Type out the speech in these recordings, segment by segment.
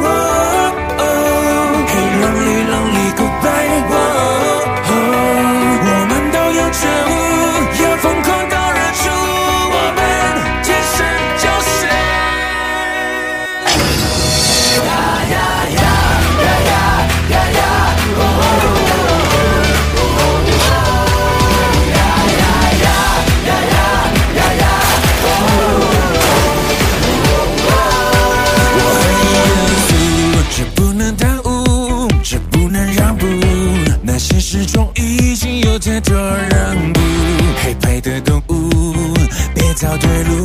long. Oh, hey lonely lonely goodbye. Oh, oh, 我们都有觉悟，要疯狂到日出。我们天生就是。这不能耽误，这不能让步。那现实中已经有太多让步，黑白的动物，别找退路。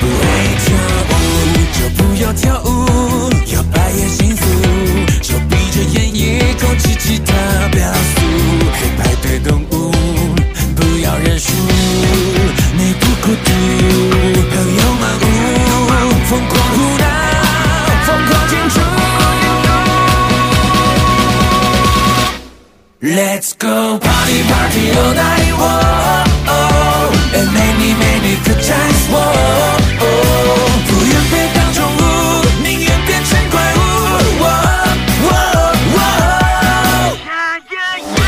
不会跳舞就不要跳舞，摇摆也幸福，就闭着眼也控制其他表述。黑白的动物，不要认输，你不孤独，朋友漫舞，疯狂胡闹，疯狂庆祝。Let's go party party all night, whoa, oh, and many many good times, whoa, oh, 不愿被当宠物，宁愿变成怪物，whoa, whoa, whoa.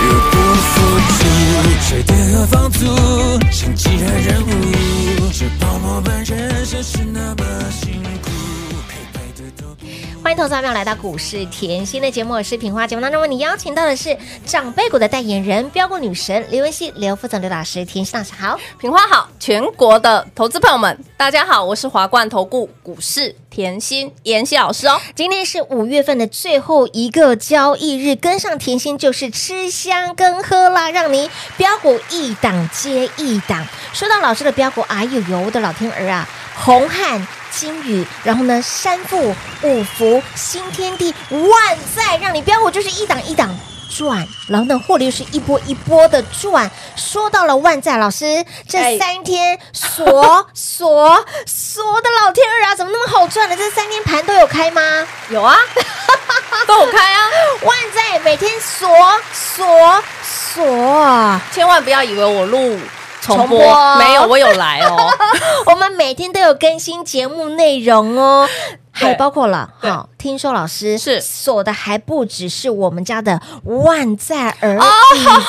若不付出，谁天和放逐，成绩和任务，这泡沫般人生是那么辛苦，陪伴的都。欢迎投资者朋友来到股市甜心的节目，我是品花。节目当中为你邀请到的是长辈股的代言人标股女神刘文熙、刘副总、刘老师，甜心老师好。品花好，全国的投资朋友们，大家好，我是华冠投顾股市甜心妍希老 师哦。今天是五月份的最后一个交易日，跟上甜心就是吃香跟喝辣，让你标股一档接一档。说到老师的标股，哎呦呦，我的老天儿啊，红汉。金宇，然后呢，山富、五福、新天地、万载，让你标股就是一档一档赚，然后呢，获利是一波一波的赚。说到了万载老师，这哎三天锁锁锁的老天儿啊，怎么那么好赚呢？这三天盘都有开吗？有啊，都有开啊，万载每天锁锁锁，千万不要以为我录重播，重播哦没有，我有来 哦。我们每天都有更新节目内容哦。还包括了，对好，听说老师是锁的还不只是我们家的万载而已吧？哦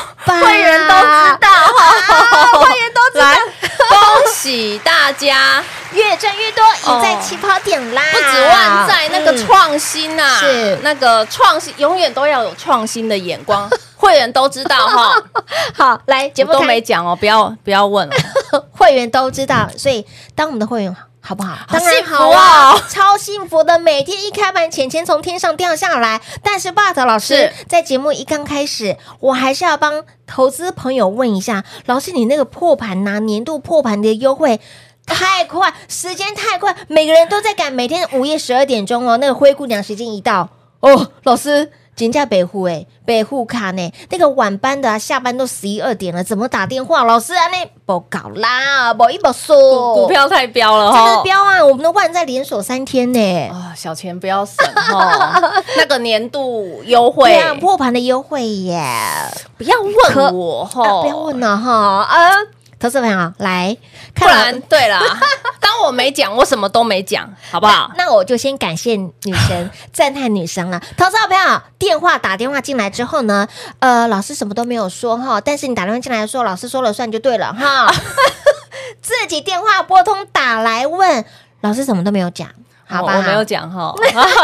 会员都知道，会员都知道来，恭喜大家！越赚越多，赢在起跑点啦！哦不止万载那个创新呐、嗯是那个创新，永远都要有创新的眼光。 会员都知道哈，嗯好，来 节节目目都开没讲哦，不要不要问哦。会员都知道，所以当我们的会员好不好？当然幸福好啊哦 超幸福的！每天一开盘，钱钱从天上掉下来。但是霸 u 老师是在节目一刚开始，我还是要帮投资朋友问一下，老师，你那个破盘呐、年度破盘的优惠。太快，时间太快，每个人都在赶。每天午夜十二点钟哦，那个灰姑娘时间一到，哦，老师，人家北户哎，北户卡呢，那个晚班的啊，下班都十一二点了，怎么打电话？老师啊，那不搞啦，不一不说，股票太飙了真哈，的标啊，我们的万在连锁三天呢、啊，小钱不要省哦， 那个年度优惠对啊，破盘的优惠耶！不要可问我啊哈，不要问了哈，呃，投资朋友来，不看完然对啦， 当我没讲，我什么都没讲，好不好？那我就先感谢女 神，赞叹女神了。投资好朋友，电话打电话进来之后呢，呃，老师什么都没有说哈，但是你打电话进来说老师说了算就对了 哈。自己电话拨通打来问，老师什么都没有讲。好我吧？哦我没有讲 哈。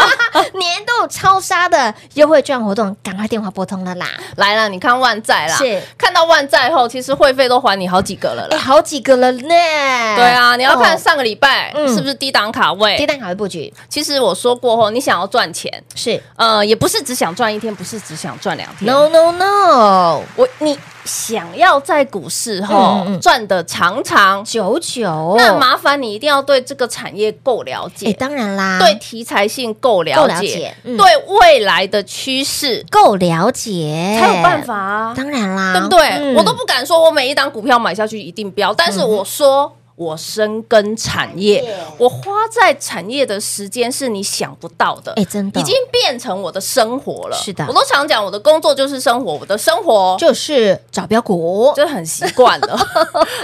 年度超杀的优惠券活动，赶快电话拨通了啦！来了，你看万载啦，是看到万载后，其实会费都还你好几个了哎，啦。好几个了呢。对对啊，你要看上个礼拜嗯是不是低档卡位？低蛋卡的布局其实我说过后，你想要赚钱，是呃，也不是只想赚一天，不是只想赚两天。 no no no 我你想要在股市后嗯嗯嗯赚的长长，九九，那麻烦你一定要对这个产业够了哦哎，解，当然啦，对，题材性够够了了解解，嗯对未来的趋势够了解才有办法，啊，哎当然啦，对不对？嗯我都不敢说我每一档股票买下去一定标，但是我说。我深耕产产业业，我花在产业的时间是你想不到的，哎真的已经变成我的生活了。是的我都常讲，我的工作就是生活，我的生活就是找标股，就很习惯 了，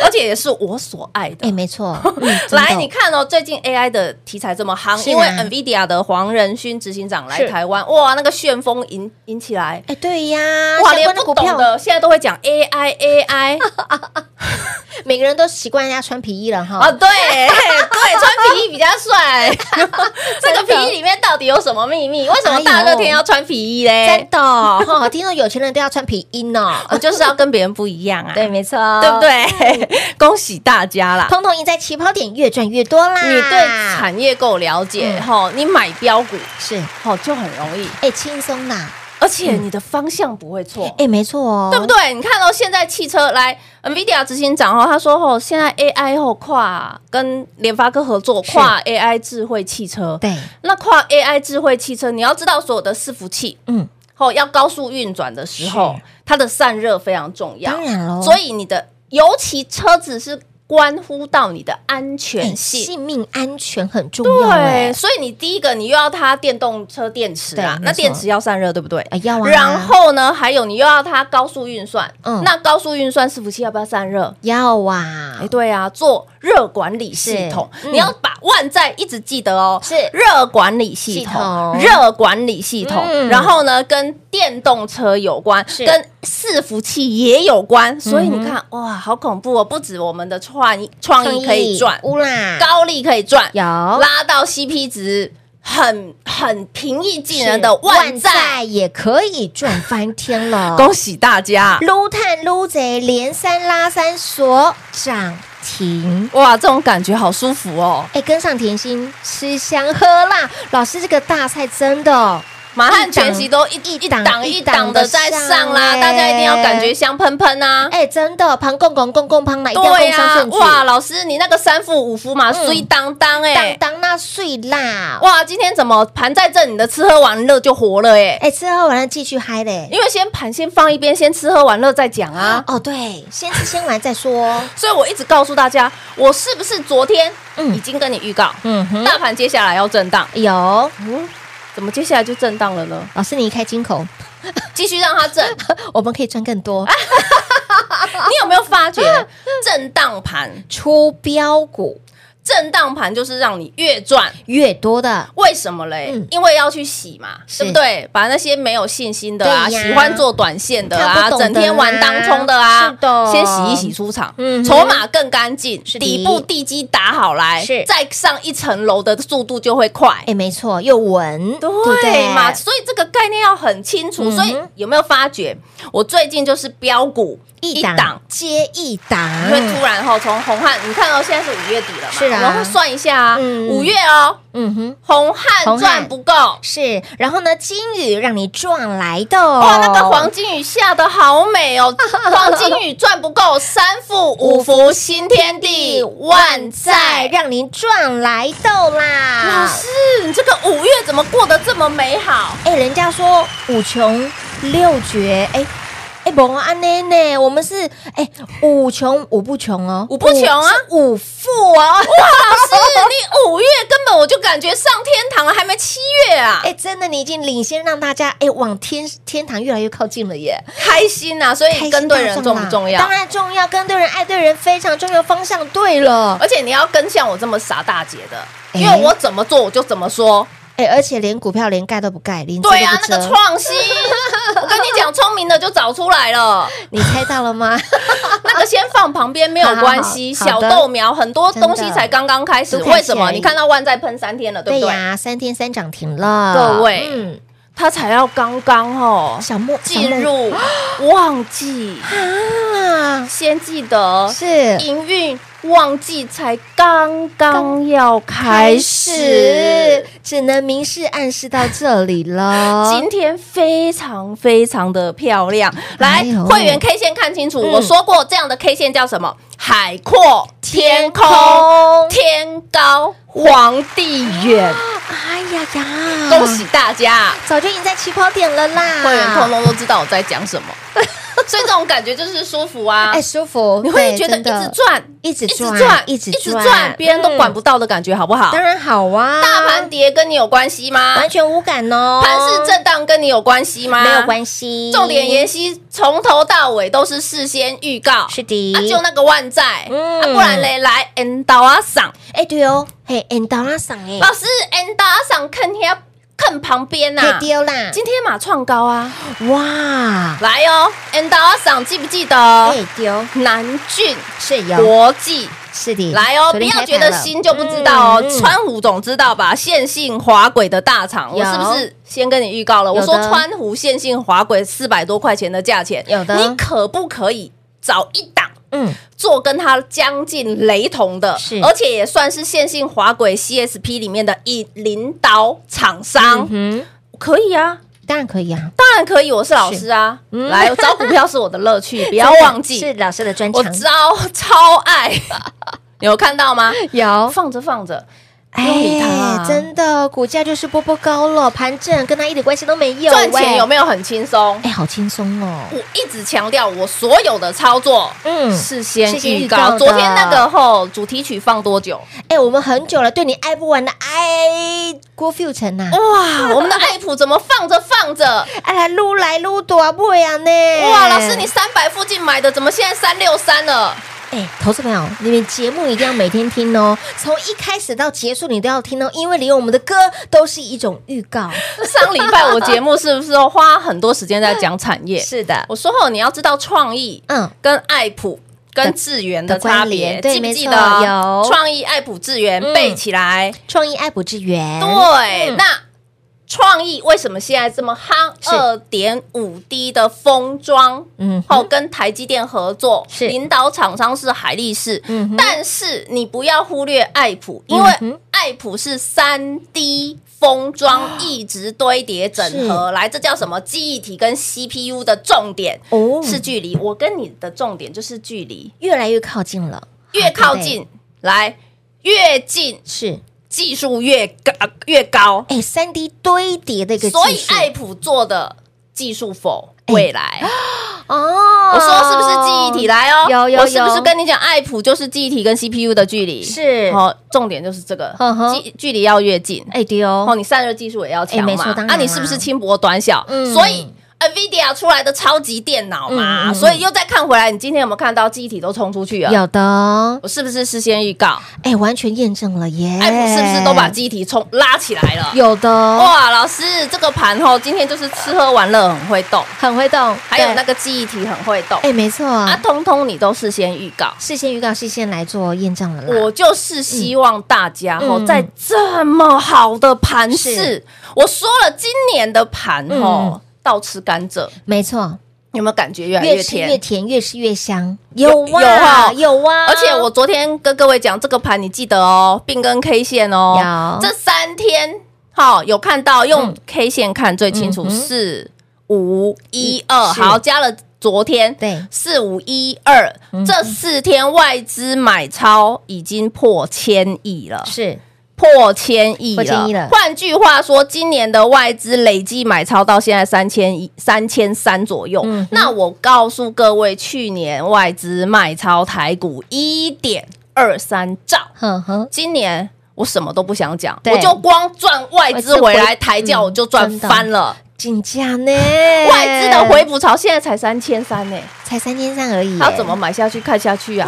而且也是我所爱的。哎，没 错，嗯来，你真的看哦，最近 AI 的题材这么夯，是啊因为 NVIDIA 的黄仁勋执行长来是台湾，哇，那个旋风引引起来，哎，对呀，哇，相连关的不股懂票，的现在都会讲 AI AI 每个人都习惯人家穿皮衣了啊，哈，对对，穿皮衣比较 帅。这个哦真的皮衣里面到底有什么秘密？为什么大哎呦热天要穿皮衣真嘞？的哈，听说有钱人都要穿皮衣呢， 我就是要跟别人不一样啊，对，没错，嗯对不？对？ 恭喜大家啦！通通赢在起跑点，越赚越多啦！你对产业够了解嗯吼，你买标股是吼就很容易，哎轻松啦，而且嗯你的方向不会错。哎没错哦，对不？对？你看到、现在汽车来，NVIDIA 执行长哦，他说哦，现在 AI 哦跨跟联发科合作是跨 AI 智慧汽车，对，那跨 AI 智慧汽车，你要知道所有的伺服器嗯，哦要高速运转的时候，它的散热非常重要，当然哦喽，所以你的尤其车子是关乎到你的安全哎性。性命安全很重要对，哎，所以你第一个你又要它电动车电池啊对，没那电错池要散热，对不对？哎要啊，然后呢，还有你又要它高速运算，嗯那高速运算伺服器要不要散热？要哎，啊，对啊，做热管理系统，是嗯你要把万载一直记得哦，是热管理系系统统，热管理系统。嗯然后呢，跟电动车有关，是嗯跟伺服器也有关，所以你看，哇，好恐怖哦！不止我们的创意创意可以赚，乌啦，高利可以赚，有拉到 CP 值很很平易近人的是万载。也可以赚翻天 了，恭喜大家！撸探撸贼连三拉三锁涨停。哇，这种感觉好舒服哦！哎，跟上甜心，吃香喝辣。老师，这个大菜真的哦满汉全席都一一一档档一一档档的在的上上啦，欸大家一定要感觉香喷喷啊！哎、真的，旁公公公公旁来，一定要对共襄呀盛，举。哇，老师你那个三副五福嘛，嗯水当当当哎，当那碎啦，哇，今天怎么盘在这，你的吃喝玩乐就活了哎？哎、吃喝完了继续嗨嘞。因为先盘先放一边，先吃喝玩乐再讲啊。哦，对，先吃先玩再 说。所以我一直告诉大家，我是不是昨天嗯已经跟你预告，嗯哼，大盘接下来要震荡？有嗯，怎么接下来就震荡了呢？啊老师，你一开金口， 继续让它震，我们可以赚更多。你有没有发觉震荡盘？出标股震荡盘就是让你越赚。越多的，为什么嘞？嗯因为要去洗嘛，是对不对？把那些没有信心的啊，对呀喜欢做短线的看不啊，懂的整天玩当冲的啊，是的先洗一洗出场，嗯哼筹码更干净，是的底部地基打好来，是再上一层楼的速度就会快哎、。没错，又稳，对不对对嘛，所以这个概念要很清楚。嗯哼所以有没有发觉，我最近就是标股一档接一档，因为突然后从红汉，你看到、现在是五月底了嘛，是啊我们会算一下啊，嗯五、月哦，嗯哼，红红汉汉赚不够。是，然后呢，金鱼让你赚来的，哇哇，那个黄金雨下的好美 哦！黄金雨赚不够，三富五福新天地万在载。让你赚来的老啦。师，你这个五月怎么过得这么美好？哎，人家说五穷六绝，哎哎，甭安呢呢，我们是哎五穷五不穷哦，五不穷啊是五富哦， 老师，你五月根本我就感觉上天堂了，还没七月啊， 哎，真的你已经领先让大家哎往天天堂越来越靠近了耶。开心呐、所开以心哎跟对到人上重不啦重要当？然重要，跟对人爱对人非常重要，方向对了。而且你要跟像我这么傻大姐的，哎因为我怎么做我就怎么说。哎，而且连股票连盖都不盖，连遮对啊都，不那个遮创新，我跟你讲，聪明的就找出来了。你猜到了 吗？ 那个先放旁边没有关系，好好好好小的豆苗很多东西真的才刚刚开始，都开始为什么？而已你看到万在喷三天了，对不对？呀，三天三涨停了，各位嗯，它才要刚刚哦小莫进入啊 旺季，啊，先记得是营运旺季才刚刚要开开始始。，只能明示暗示到这里了今。天非常非常的漂亮，来哎呦会员 K 线看清楚，嗯我说过这样的 K 线叫什么？海阔天空，天高皇帝远。哎呀呀，恭！喜大家，早就赢在起跑点了啦，会员通通都知道我在讲 什么，所以这种感觉就是舒服啊哎，。舒服，你会对觉得一真的直赚，一直一直赚赚，一直赚别人都嗯管不到的感觉，好不好？当然好啊，大盘跌跟你有关系吗？完全无感哦，盘市震荡跟你有关系吗？没有关系，啊重点妍希从头到尾都是事先预告，是的，啊，就那个万债，嗯啊，不然嘞，来 N 到啊赏，哎对哦，嘿，and 到拉上哎，老师 N 到啊赏，看天看旁边呐、嘿丢啦，今天马创高啊，哇，来哦，N 到啊赏，记不记得？哎丢南郡是有，国际是的，来哦，昨不天要嗯开觉盘得了新就不知道哦嗯，嗯川湖总知道吧？线性滑轨的大厂，我有是不是先跟你预告了？有我的说川湖线性滑轨四百多块钱的价钱，有的你可不可以找一档？嗯，做跟它将近雷同的，是而且也算是线性滑轨 CSP 里面的一领导厂商，嗯，可以啊，当然可以啊，当然可以，我是老师啊，嗯来找股票是我的 乐趣，不不要忘记，是老师的专我长，超超爱， 你有看到吗？有，哦放着放着，哎不理他啊真的股价就是波波高了，盘正跟他一点关系都没有，赚钱有没没有很轻松？哎，好轻松哦，我一直强调，我所有的操作嗯，事先事先预预告告。的昨天那个后主题曲放多久？哎，我们很久了，对你爱不完的爱郭富城呐，嗯哇， 我们的爱普怎么放着放着？哎，来撸来撸多不呀呢，哇，老师你三百附近买的，怎么现在三六三 了？哎，投资朋友，你们节目一定要每天听哦，从一开始到结束你都要听哦，因为连我们的歌都是一种预告。上礼拜我节目是不是花很多时间在讲产业？是的，我说后你要知道创意，嗯，跟爱普。跟智源的的关差别，联对记不记得？没错有创意、爱普、智源嗯背起来。创意爱普之源，对，嗯那创意为什么现在这么夯？是二点五 D 的封装，嗯嗯，哼后跟台积电合作，是领导厂商是海力士，嗯哼但是你不要忽略爱普，因嗯为哼爱普是三 D。封啊装一直堆叠整合，来，这叫什么？记忆体跟 CPU 的重点哦，是是距离，我跟你的重点就是距离，越来越靠近了，越靠好对近，来越近，是技术越高越高，哎，三 D 堆叠的一个技术，所以爱普做的技术否哎未来，哦，我说是不是记忆体来哦？有有我是不是有跟你讲爱普就是记忆体跟 CPU 的距离？是好，重点就是这个呵呵距距离要越近，哎对然后哦，你散热技术也要强哎没错嘛当然？啦啊，你是不是轻薄短小？嗯所以。NVIDIA 出来的超级电脑嗯嘛，嗯嗯所以又再看回来，你今天有没有看到记忆体都冲出去了？有的哦，我是不是事先预告？哎，完全验证了耶，爱普是不是都把记忆体冲拉起来了？哎有的哦，哇，老师，这个盘吼，今天就是吃喝玩乐很会动，很会动，还有对那个记忆体很会动哎，没啊错，啊，通通你都事先预告。事先预告，事先来做验证了啦，我就是希望大家嗯吼，嗯在这么好的盘是嗯势，我说了，今年的盘吼，倒吃甘蔗，没错，有没有感觉越来越越吃越甜？甜，越吃越香。有啊，有有啊！而且我昨天跟各位讲这个盘，你记得哦，并根 K 线哦，有这三天好有看到用 K 线看最清嗯楚，哼四五一二，是好加了昨天对四五一二嗯这四天外资买超已经破千亿了，是破千亿破千亿了了。换句话说，今年的外资累计买超到现在三千一三千三左右。嗯哼那我告诉各位，去年外资卖超台股一点二三兆，哼哼，今年。我什么都不想讲，对我就光赚外资回外资回来抬价，嗯我就赚翻了。竞价呢？外资的回补潮现在才三千三呢，才三千三而已耶， 他怎么买下去看下去啊？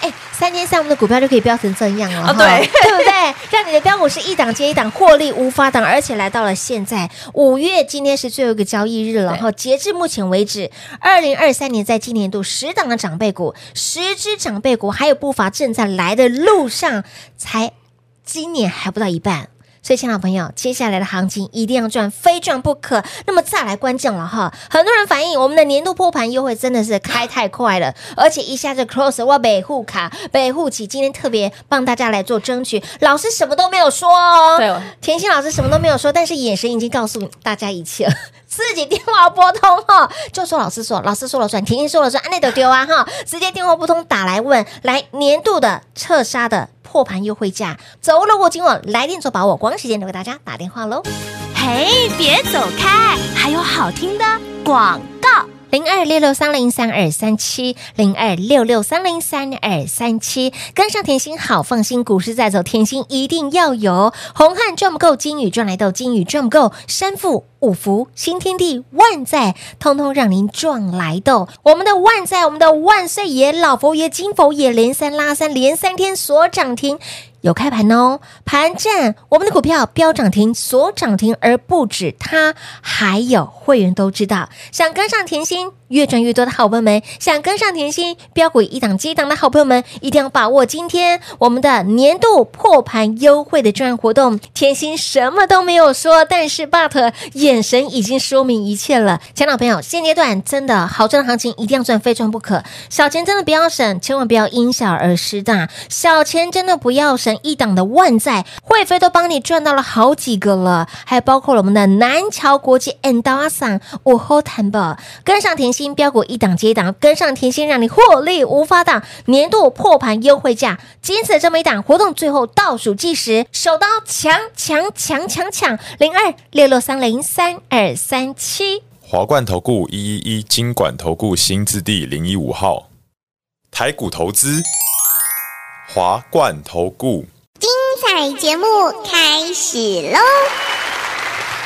哎？三天三我们的股票就可以飙成这样了，啊哈对 对不对？让你的标股是一档接一档，获利无法挡，而且来到了现在五月，今天是最后一个交易日了，对哈，截至目前为止，二零二三年在今年度十档的长辈股，十只长辈股还有步伐正在来的路上，才今年还不到一半。所以，亲爱的朋友，接下来的行情一定要赚，非赚不可。那么再来关键了哈，很多人反映我们的年度破盘优惠真的是开太快了，而且一下子 close 哇北户卡、北户企今天特别帮大家来做争取，老师什么都没有说哦，对我甜心老师什么都没有说，但是眼神已经告诉大家一切了。自己电话拨通哈，就说老师说，老师说了算，甜心说了算，安内都丢啊哈，直接电话拨通打来问，来年度的撤杀的破盘优惠价，走路过今晚来电做把握，光时间留给大家打电话喽。嘿，别走开，还有好听的广告。零二六六三零三二三七，零二六六三零三二三七，跟上甜心好放心，股市在走，甜心一定要有。红汉赚不够，金宇赚来到，金宇赚不够，山富。五福、新天地、万载，通通让您赚来的。我们的万载，我们的万岁爷、老佛爷、金佛爷，连三拉三，连三天锁涨停。有开盘哦，盘战我们的股票飙涨停、锁涨停，而不止它，还有会员都知道，想跟上甜心越赚越多的好朋友们，想跟上甜心标股一档接一档的好朋友们，一定要把握今天我们的年度破盘优惠的专案活动。甜心什么都没有说，但是 but 眼神已经说明一切了。亲爱的朋友，现阶段真的好赚的行情一定要赚，非赚不可。小钱真的不要省，千万不要因小而失大。小钱真的不要省，一档的万载会飞都帮你赚到了好几个了，还包括了我们的南桥国际 and 阿桑，我后谈吧，跟上甜心标股一档接一档，跟上甜心让你获利无法挡，年度破盘优惠价，仅此这么一档活动，最后倒数计时，手刀抢抢抢抢抢，零二六六三零三二三七。华冠投顾一一一金管投顾新字第零一五号，台股投资，华冠投顾。彩节目开始喽！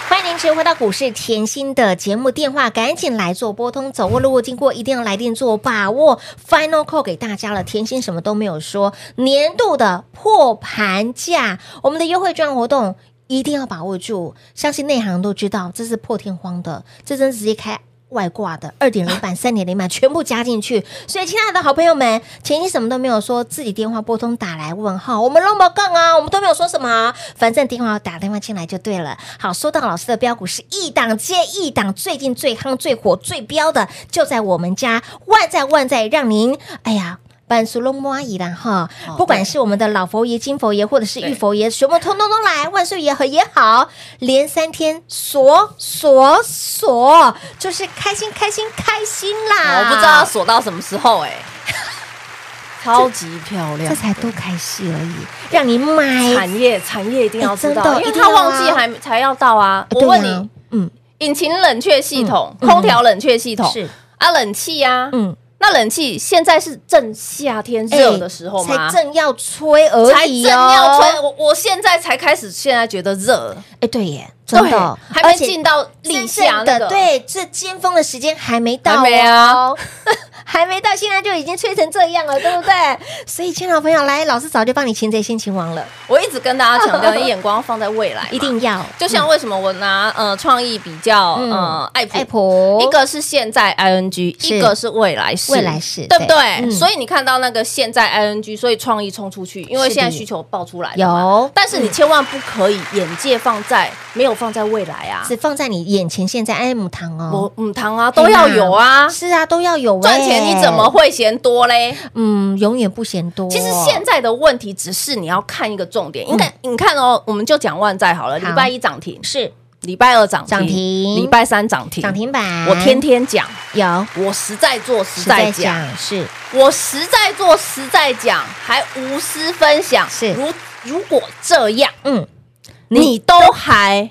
欢迎您持续回到股市甜心的节目，电话赶紧来做拨通，走过路过经过一定要来电做把握，final call 给大家了。甜心什么都没有说，年度的破盘价，我们的优惠券活动一定要把握住，相信内行都知道这是破天荒的，这真是直接开。外挂的二点零版、三点零版 全部加进去，所以亲爱的好朋友们，前期什么都没有说，自己电话拨通打来问号，我们弄不杠啊，我们都没有说什么啊、反正电话打电话进来就对了。好，说到老师的标股是一档接一档，最近最夯、最火、最标的就在我们家，万载万载，让您哎呀。板熟龙摸阿姨啦哈，哦不管是我们的老佛爷、金佛爷，或者是玉佛爷，什么通通都来，万岁爷和也好，连三天锁锁锁，就是开心开心开心啦！啊我不知道锁到什么时候 哎、超级漂亮这，才多开戏而已，让你买产业产业一定要知哎真道，的因为一定要它啊旺季还才要到啊。我对问啊你，嗯，引擎冷却系统、嗯嗯空调冷却系统是啊，冷气啊，嗯，哎那冷气现在是正夏天热的时候吗？才正要吹而已、哦，才正要吹，我我现在才开始，现在觉得热，哎，对耶，真的，哦对还没而且进到立夏真那正的，个，，对，这尖峰的时间还没到、哦，还没啊，还没到，现在就已经吹成这样了，对不对？ 所以，亲爱的朋友，来，老师早就帮你擒贼先擒王了，我一直跟大家强调，你眼光放在未来嘛，一定要哎就像为什么我拿呃创意比较嗯呃爱普爱普一个是现在 ing，是一个是未来式，未来式对不对对？嗯所以你看到那个现在 ing，所以创意冲出去，因为是的现在需求爆出来了嘛有，但是你千万不可以眼界放在没有放在未来啊，只放在你眼前，现在爱母堂哦，我母堂啊都要有啊，是啊，都要有、赚钱你怎么？会嫌多嘞？嗯，永远不嫌多。其实现在的问题只是你要看一个重点，应该你看哦，我们就讲万载好了，礼嗯好拜一涨停，是礼拜二涨停，涨停礼拜三涨停，涨停板，我天天讲，有我实在做嗯实实在在讲，讲是我实在做实在讲，还无私分享。是如如果这样，嗯，你都还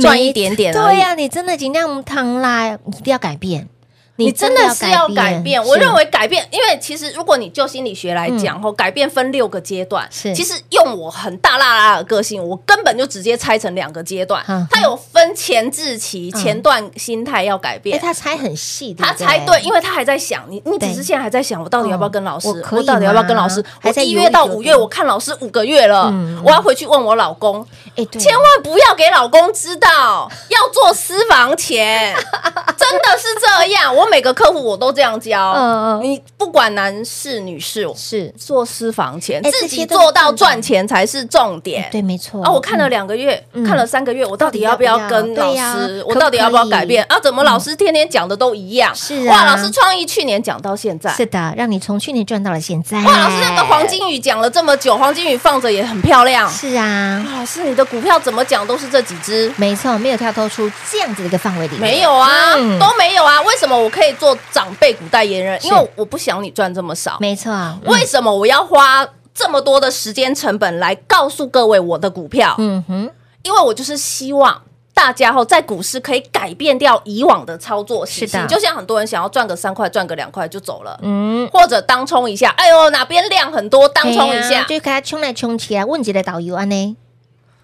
赚一点点而已啊对呀、你真的尽量堂啦，你一定要改变。你真的是嗯要改变。我是认为改变，因为其实如果你就心理学来讲，吼、改变分六个阶段。是其实用我很大辣辣的个性，我根本就直接拆成两个阶段嗯。它有分前置期，嗯前段心态要改哎，变。他猜很细，他不猜对，因为他还在想你，你对只是现在还在想，我到底要不要跟老师？哦我可以到底要不要跟老吗师？还我在一犹豫月到犹五豫月，我看老师五个月了嗯，我要回去问我老公。哎，对千万不要给老公知道，要做私房 钱，真的是这样。我每个客户我都这样嗯教嗯，你不管男士女士，是做私房钱，哎自这些己都是做到正常赚钱才是重点。对，没错。啊，我看了两个月，哦嗯看了三个月，我到底要不要跟到老底要不要对师呀？我到底要不要可不可以改变？啊，怎么老师天天讲的都一样？嗯是啊哇，老师创意去年讲到现在，是的，让你从去年赚到了现在。哇，老师那个黄金雨讲了这么久，黄金雨放着也很漂亮。是啊，老师，你的股票怎么讲都是这几只。没错，没有跳脱出这样子的一个范围里面，没有啊，嗯都没有啊。为什么我可以做长辈股代言人？是因为我不想你赚这么少。没错，嗯为什么我要花这么多的时间成本来告诉各位我的股票？嗯哼，因为我就是希望。大家后在股市可以改变掉以往的操作习是的性，就像很多人想要赚个三块、赚个两块就走了，嗯。或者当冲一下，哎呦哪边量很多，当冲一对啊下，就给他冲来冲去啊！问题的导游安呢，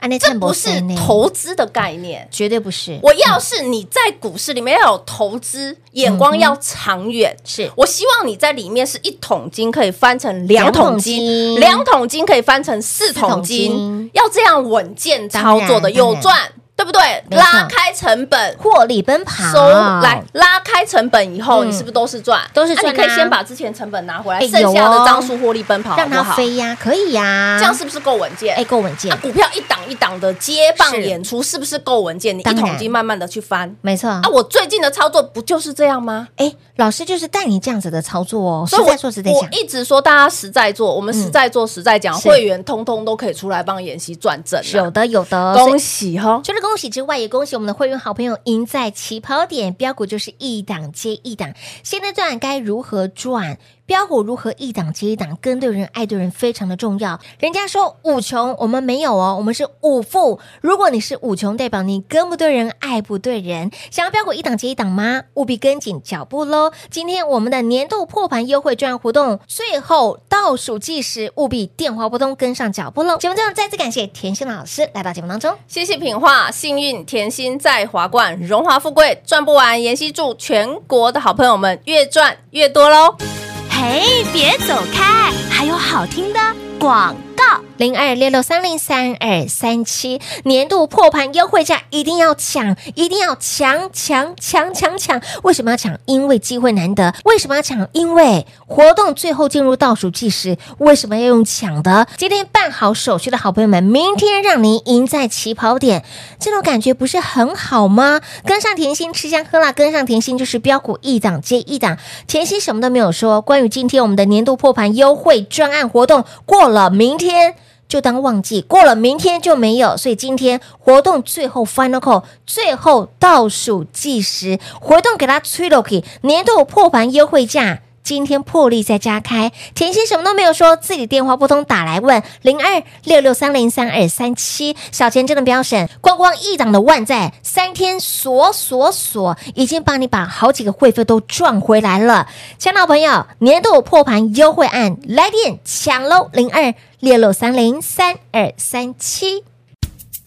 安呢，这不是欸投资的概念。绝对不是，我要是你在股市里面要有投资眼光，要长远。嗯是我希望你在里面是一桶金可以翻成两桶金，两两桶金可以翻成四桶四桶金金，要这样稳健操作当的然有赚，对不对？没错拉开成本。获利奔跑，收来拉开成本以后，嗯你是不是都是赚？都是赚啊啊你可以先把之前成本拿回来，哎剩下有哦的张数获利奔跑，让好它不好？飞呀，可以呀，这样是不是够稳健？哎够稳健啊，股票一档一档的接棒是演出，是不是够稳健？你一当然桶金慢慢的去翻。没错啊，我最近的操作不就是这样吗？哎，老师就是带你这样子的操作哦，实所以我在说实在我讲，一直说大家实在做，我们实在做实在讲，是哦会员通通都可以出来帮妍希转正啊，有的有的，所以恭喜哈！除了恭喜之外，也恭喜我们的会员好朋友赢在起跑点，标股就是一档接一档。现在段该如何赚？标股如何一档接一档？跟对人、爱对人非常的重要。人家说五穷，我们没有哦，我们是五富。如果你是五穷，代表你跟不对人，爱不对人。想要标股一档接一档吗？务必跟紧脚步喽！今天我们的年度破盘优惠券活动最后倒数计时，务必电话拨通跟上脚步喽！节目最后再次感谢田心老师来到节目当中。谢谢品画，幸运甜心在华冠，荣华富贵赚不完。妍希祝全国的好朋友们越赚越多喽！嘿，别走开，还有好听的广告。零二六六三零三二三七年度破盘优惠价一定要抢，一定要抢抢抢抢抢！为什么要抢？因为机会难得。为什么要抢？因为活动最后进入倒数计时。为什么要用抢的？今天办好手续的好朋友们，明天让您赢在起跑点，这种感觉不是很好吗？跟上甜心吃香喝辣，跟上甜心就是标股一档接一档。甜心什么都没有说，关于今天我们的年度破盘优惠专案活动过了，明天。就当忘记过了，明天就没有。所以今天活动最后 final call，最后倒数计时，活动给它吹落去，年度破盘优惠价。今天破例再加开，甜心什么都没有说，自己电话拨通打来问零二六六三零三二三七，小钱真的不要省，光光一档的万在三天锁锁锁，已经帮你把好几个会费都赚回来了。亲爱的朋友，年度破盘优惠案来电抢喽，零二六六三零三二三七。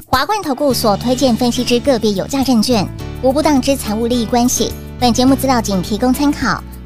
华冠投顾所推荐分析之个别有价证券，无不当之财务利益关系。本节目资料仅提供参考，